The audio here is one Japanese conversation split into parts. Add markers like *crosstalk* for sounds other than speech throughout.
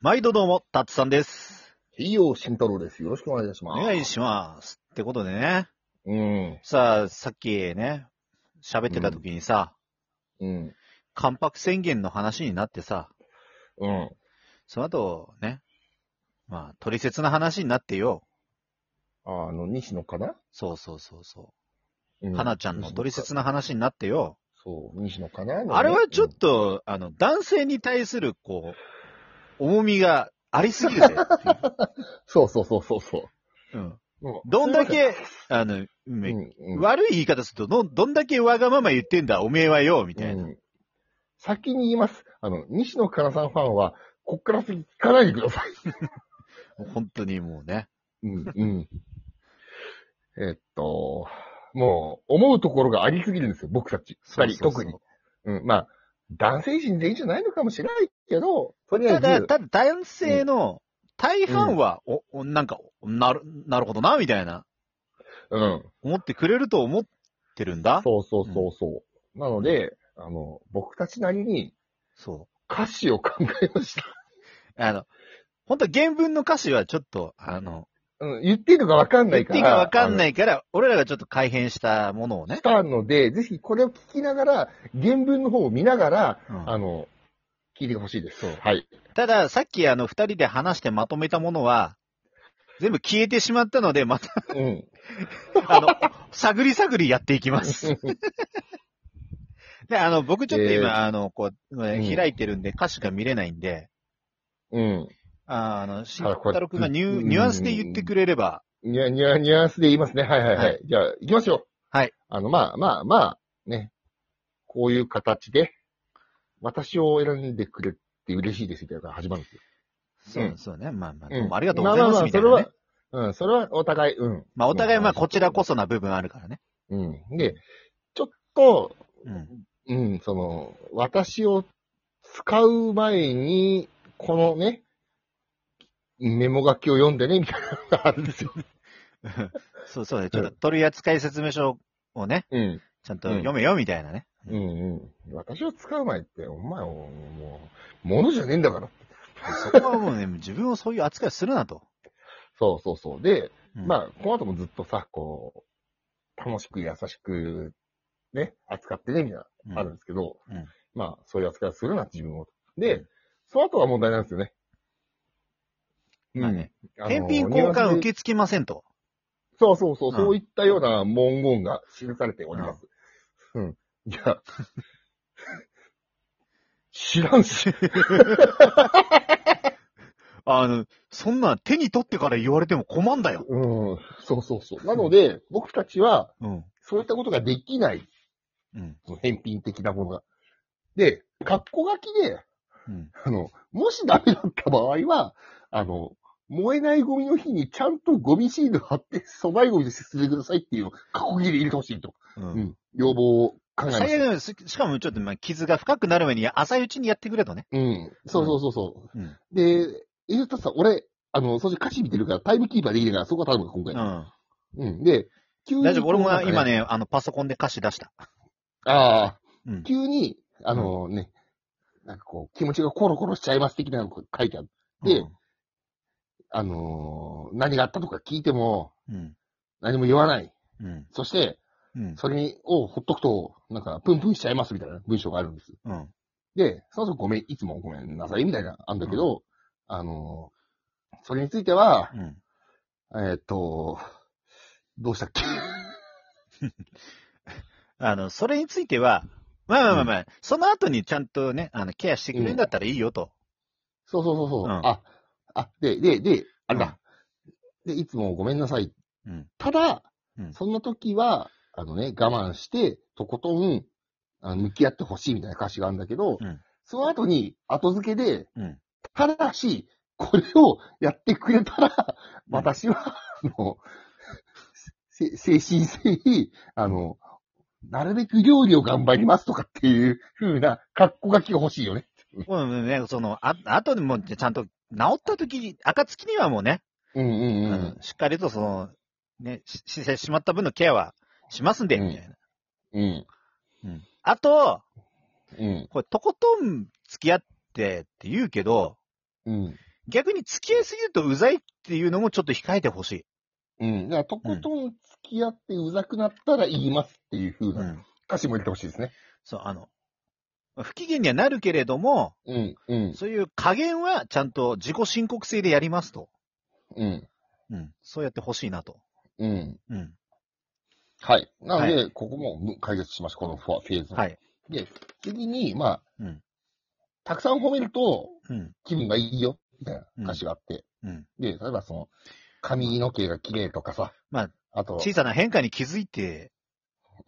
毎度どうも、たつさんです。いいよ、慎太郎です。よろしくお願いいたしおます。願いします。ってことでね、うん。さあ、さっきね、喋ってた時にさ、うん。関白宣言の話になってさ、うん。その後ね、まあ、取説な話になってよ。ああの、西野かな、そうそうそうそうう。ん、はなちゃんの取説な話になってよ。そう、西野かな、あれはちょっと、あの、男性に対する、こう、重みがありすぎる *laughs* ぜ。うんそうそうそうそうそうん。う。うんどんだ、け、あの、うんめうん、悪い言い方すると、どんどんだけわがまま言ってんだ、おめえはよ、みたいな。うん先に言います。あの、西野かなさんファンは、こっから先聞かないでください。もう本当にもうね。うん、うん。えっと、もう、思うところがありすぎるんですよ、僕たち。二人、特に。。うん、まあ、男性陣全員じゃないのかもしれないけど、とりあえたず。だ、ただ男性の大半は、お、お、なんか、なる、なるほどな、みたいな、うん。思ってくれると思ってるんだ。そうそうそうそう。なので、あの、僕たちなりにそ歌詞を考えました。 *laughs* う。あの、本当は原文の歌詞はちょっと、あの、うん、言っていいのかわかんな言っいから。。ていいかわかんないいから、俺らがちょっと改変したものをねし。たので、ぜひこれを聞きながら、原文の方を見ながら、うんあの、聞いてほしいです。そうはい。ただ、さっきあの、二人で話してまとめたものは、全部消えてしまったので、また、うん。あの、探り探りやっていき *laughs* ます。で、あの、僕ちょっと今、えーあの、こう、ん開いてるんで、歌詞が見れないんで、うん。ああの、慎あこれ太郎くんがニュうんニュアンスで言ってくれれば、ニュア、ニュア、ニュアンスで言いますね。はいはいはい。はいじゃあ、行きますよ。はい。あの、まあまあまあ、ね。こういう形で、私を選んでくれって嬉しいですみたいなのが始まるんですよ。そううんそうね、まあまあ、うんどうもありがとうございます、みたいまなあまあまねあ。それは、うん、それはお互い、うん。まあ、お互いまあ、こちらこそな部分あるからね。うん。で、ちょっと、うん。 *laughs* うん、その、私を使う前に、このね、メモ書きを読んでね、みたいなのがあるんですよ。そうそうね、ちょっと取扱説明書をね、うん。ちゃんと読めよ、みたいなね。うんうん。私を使う前って、お前、おもう、ものじゃねえんだから。そこはもうね、自分をそういう扱いするなと。そうそうそう。で、うんまあ、この後もずっとさ、こう、楽しく優しく、ね、扱ってね、みたいな。うんあるんですけど、うんまあ、そういう扱いをするな、自分を。うでん、その後が問題なんですよね。まあねうん。あの返品交換受。ニュアンスでけ付けませんと。そうそうそう、うんそういったような文言が記されております。うん。いや、 *laughs* 知らんし。あの、そんなん手に取ってから言われても困んだよ。うん。そうそうそう。なので、僕たちは、うん。そういったことができない。うん。その返品的なものが。で、格好書きで、うん。あの、もしダメだった場合は、あの、燃えないゴミの日にちゃんとゴミシール貼って粗大ゴミで接してくださいっていう過去切り入れてほしいと。う。うんん。要望を考えま最す。悪のししかもちょっとまあ傷が深くなる前に浅いうちにやってくれとね。うん。そうそうそうそうう。んで、えっとさ、俺、あの、そして歌詞見てるからタイムキーパーできるから、そこは頼む今う回。ん。うん。で、急に。大丈夫。俺もなんか今。ね、あの、パソコンで歌詞出した。ああ、うん。急に、あのね、なんかこう、気持ちがコロコロしちゃいます的なのが書いてある。でうんあのー何があったとか聞いても、うん。何も言わない。うん。そして、うん。それをほっとくと、なんか、プンプンしちゃいますみたいな文章があるんです。うん。で、その時ごめん、いつもごめんなさいみたいな、あるんだけど、あの、それについては、うん。えーっと、どうしたっけ *laughs* あの、それについては、まあまあまあまあ、その後にちゃんとね、あの、ケアしてくれるんだったらいいよと。そうそうそうそう、うんあ、あ、で、で、で、あれだ。で、いつもごめんなさい。うん。ただ、うんそんな時は、あのね、我慢して、とことん、あの向き合ってほしいみたいな歌詞があるんだけど、うんその後に、後付けで、うんただし、これをやってくれたら、うん私は、あの、せ精神性に、あの、なるべく料理を頑張りますとかっていう風な格好書きが欲しいよね。うん、ね、その、あ、あとでもちゃんと治った時に、暁にはもうね、うんうあんのしっかりとその、ね、し、してしまった分のケアはしますんで、うんみたいな。うん。うん。うん。あと、うん。これ、とことん付き合ってって言うけど、うん。逆に付き合いすぎるとうざいっていうのもちょっと控えてほしい。うん。だから、とことん付き合ってうざくなったら言いますっていう風う。なん歌詞も入れてほしいですね。そう、あの、不機嫌にはなるけれども、うん、うん、そういう加減はちゃんと自己申告制でやりますと。うん、うん。そうやってほしいなと。うん。うん。はい。なので、ここも解決しました、このフォアフェーズ。はい。次に、まあ、うんたくさん褒めるとうん。気分がいいよ、みたいな歌詞があって。うん。で、例えばその、髪の毛が綺麗とかさ。まあ、あと、小さな変化に気づいて、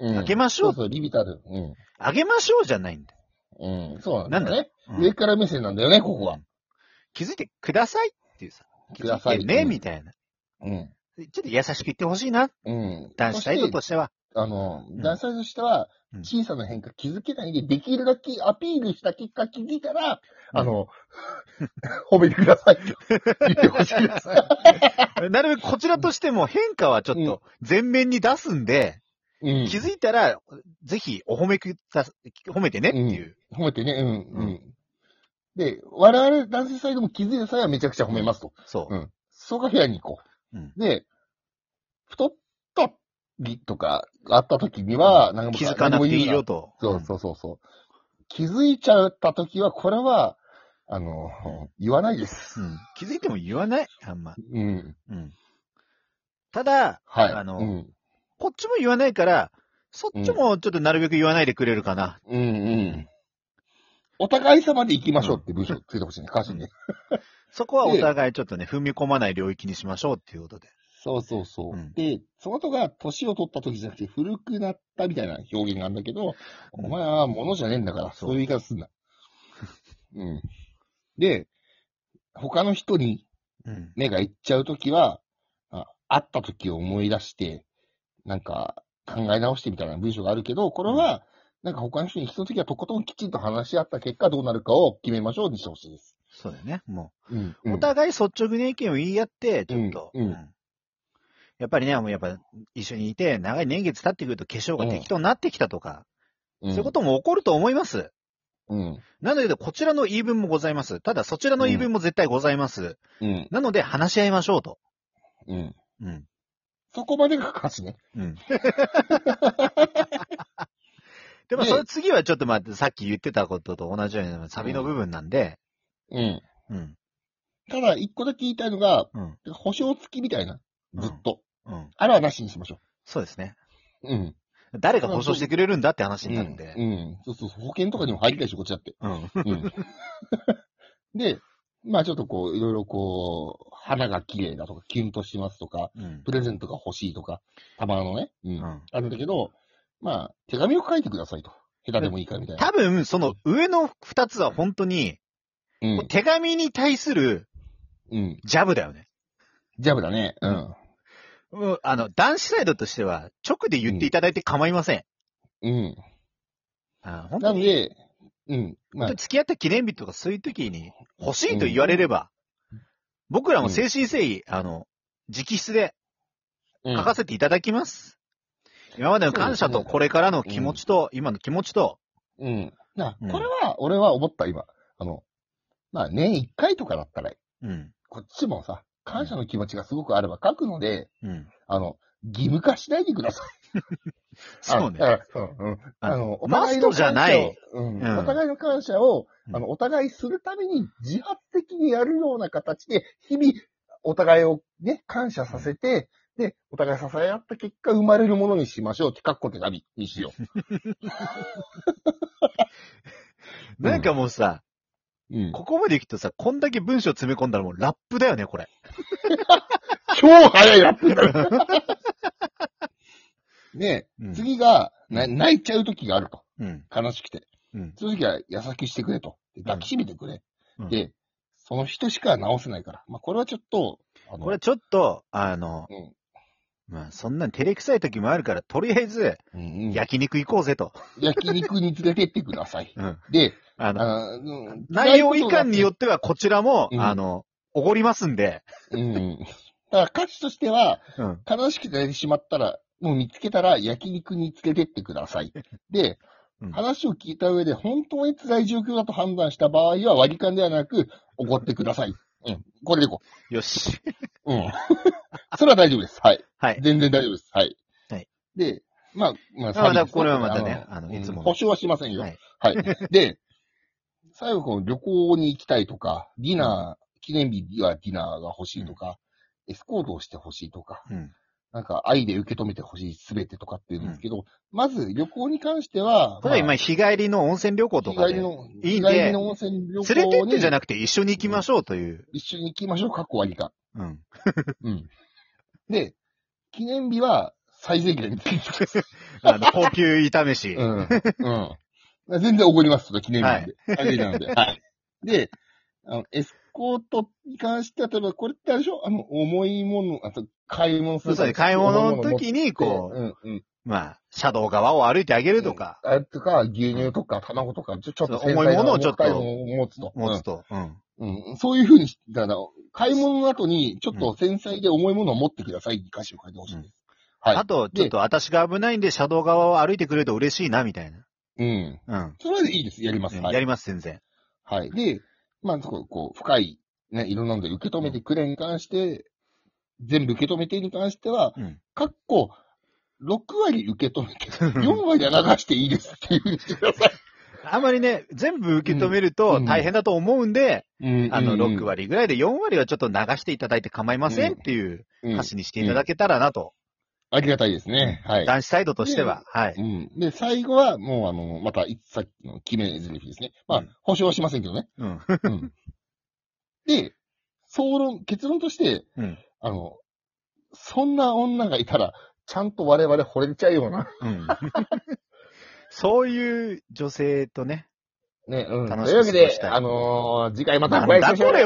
うんあげましょうそうそう、リビタル。うん。あげましょうじゃないんだよ。うん。そうなんだよね。うん上から目線なんだよね、ここは。気づいてくださいっていうさ。ください気づてね、みたいな。うん。ちょっと優しく言ってほしいな。うん。男子サイドとしては。あの、ん男性としてはうん、小さな変化気づけないで、できるだけアピールした結果気づいたら、うんあの、褒めてく *laughs* ださいと言ってほしいです。なるべくこちらとしても変化はちょっと前面に出すんで、うん気づいたら、ぜひお褒めくだ、褒めてねっていう。褒めてね、うん、う。うんで、我々男性サイドも気づいた際はめちゃくちゃ褒めますと。そううん。そこが部屋に行こう。うんで、太ったりとかあった時には、何も気づかなくていいよと。そうそうそうそう。気づいちゃったときは、これは、あの、言わないです。うん。気づいても言わない、あんま。うん。うん。ただ、はい。あのうん。こっちも言わないから、そっちもちょっとなるべく言わないでくれるかな。うんうん。お互い様で行きましょうって文章ついてほしいね、歌詞に。そこはお互いちょっとね、踏み込まない領域にしましょうっていうことで。そうそうそううんで、その後が、年を取った時じゃなくて、古くなったみたいな表現があるんだけど、お前は物じゃねえんだから、そそうういう言い方すんな。うん。で、他の人にうん。目がいっちゃうときは、あ会ったときを思い出して、なんか考え直してみたいな文章があるけど、これは、なんか他の人にそのときはとことんきちんと話し合った結果どうなるかを決めましょうにしてほしいです。そうだよね。もうん。う、お互い率直に意見を言い合って、ちょっと。うんうんやっぱりね、もうやっぱ一緒にいて、長い年月経ってくると化粧が適当になってきたとか、うん、そういうことも起こると思います。うん。なので、こちらの言い分もございます。ただ、そちらの言い分も絶対ございます。うん。なので、話し合いましょうと。うん。うん。そこまでが歌詞ね。 *laughs* うん。でも、ねそれ次はちょっとまあ、さっき言ってたことと同じように、サビの部分なんで、うん。うん。ただ、一個だけ言いたいのが、うん。保証付きみたいな。ずっと。うん。あれはなしにしましょそうですね。う。うん。誰が保証してくれるんだって話になるんうで。ん。うんそうそう。保険とかにも入りたいし、こっちだって。うん。うん。 *laughs* で、まあちょっとこう、いろいろこう、花が綺麗だとか、キュンとしますとか、うん。プレゼントが欲しいとか、たまのね、うん。うんあるんだけど、まあ、手紙を書いてくださいと。下手でもいいからみたいな。多分、その上の二つは本当に、うん。手紙に対するうん。ジャブだよね。ジャブだね。ううんん。うんあの、男子サイドとしては、直で言っていただいて構いません。うあ本ん。当なにんで、うん。まあ、付き合った記念日とかそういう時に欲しいと言われれば、僕らも精神誠意、あの、直筆でうん書かせていただきます。今までの感謝そうとですねこれからの気持ちと、今の気持ちと、うん。な、うんこれは、俺は思った、今。あの、まあ、年一回とかだったら、うん、こっちもさ、感謝の気持ちがすごくあれば書くので、うん。あの、義務化しないでください。そうね。あ。だからうんうんああの、おマ互いスのト感じゃな謝をい。うんうんお互いの感謝をう、んあの、お互いするために自発的にやるような形で、日々、お互いをね、感謝させて、で、お互い支え合った結果、生まれるものにしましょうって、かっこ手紙にしようんなんかもうさ、う。うん。ここまで行くとさ、こんだけ文章詰め込んだらもうラップだよね、これ。 *laughs* 超早いやつだ *laughs* ねうえん。次が、な泣いちゃう時があると。うん。悲しくて。うん。その時は優しくしてくれと。で抱きしめてくれ。うんで、その人しか直せないから。まあ、これはちょっと、あのこれちょっと、あの、うんまあ、そんなん照れくさい時もあるから、とりあえず、うんうん焼肉行こうぜと。。焼肉に連れてってください *laughs* うん。で、あの、あの内容いかんによっっては、こちらも、うんあの、おごりますんで。て。うんうん。だから歌詞としては、うん。悲しくてしまったら、もう見つけたら焼肉に連れてってくださ *laughs* い。でうん、話を聞いた上で本当に辛い状況だと判断した場合は割り勘ではなく、怒ってください。うん。これでいこよ *laughs* し。う。うん。それは大丈夫です。はい。はい。全然大丈夫です。はい。はい。で、まあ、まあ、まあサービスこれはまたねあのあのいつものうん保証はしませんよ。ははい。い。で、最後、この旅行に行きたいとか、ディナー、記念日にはディナーが欲しいとか、エスコートをしてほしいとか、うん。なんか愛で受け止めてほしいすべてとかって言うんですけど、まず旅行に関しては、これは今、まあ日帰りの温泉旅行とか日帰で、り連の、いい日んで帰りの温泉旅行にれてってじゃなくて一緒に行きましょうという。一緒に行きましょう、かっこ割りか。うん。うん。で、記念日は最前限についてます。あの、高級炒め *laughs* し。うん。うん。全然おごりますとか、記念日なんで。最前限 *laughs* なんで。はい。で、あの、エスコートに関しては、例えばこれってあれでしょあの、重いもの、あと、買い物すそうるですね。買い物の時に、こう、うんうん。まあ、車道側を歩いてあげるとか、あとか、牛乳とか、卵とか、ちょちょっとそう重いものをちょっと繊細な重たいものを持つと。持つと。うん。うんうんそういうふうに、だから、買い物の後に、ちょっと繊細で重いものを持ってくださいって歌詞を書いてほしいです。はいあと、ちょっと私が危ないんで、車道側を歩いてくれると嬉しいな、みたいうん。な。それでいいです。やりまうす。ん。はやい。ります、全然。はい。で、まあ、そこ、こう、深い、ね、いろんなので受け止めてくれに関して、全部受け止めてに関しては、うん。かっこ、6割受け *laughs* 止めて、4割は流していいですっていうふうにしてください。あまりね、全部受け止めるとうん大変だと思 *laughs* うんで、うんあの、6。割ぐらいで4割はちょっと流していただいて構いませんっていううん歌詞にしていただけたらなと。ありがたいですね。はい。男子サイドとしては。はい。うん。で、最後は、もう、あの、また、いさっきの決め台詞ですね。まうあん、保証はしませんけどね。うん。うん。 *laughs* で、総論、結論として、うん。あの、そんな女がいたら、ちゃんと我々惚れちゃうような。うん。 *laughs* そういう女性とね、ね、うん。楽としいうく過ごわしけたいで、あのー次回またなんご挨拶しまだしょうこれ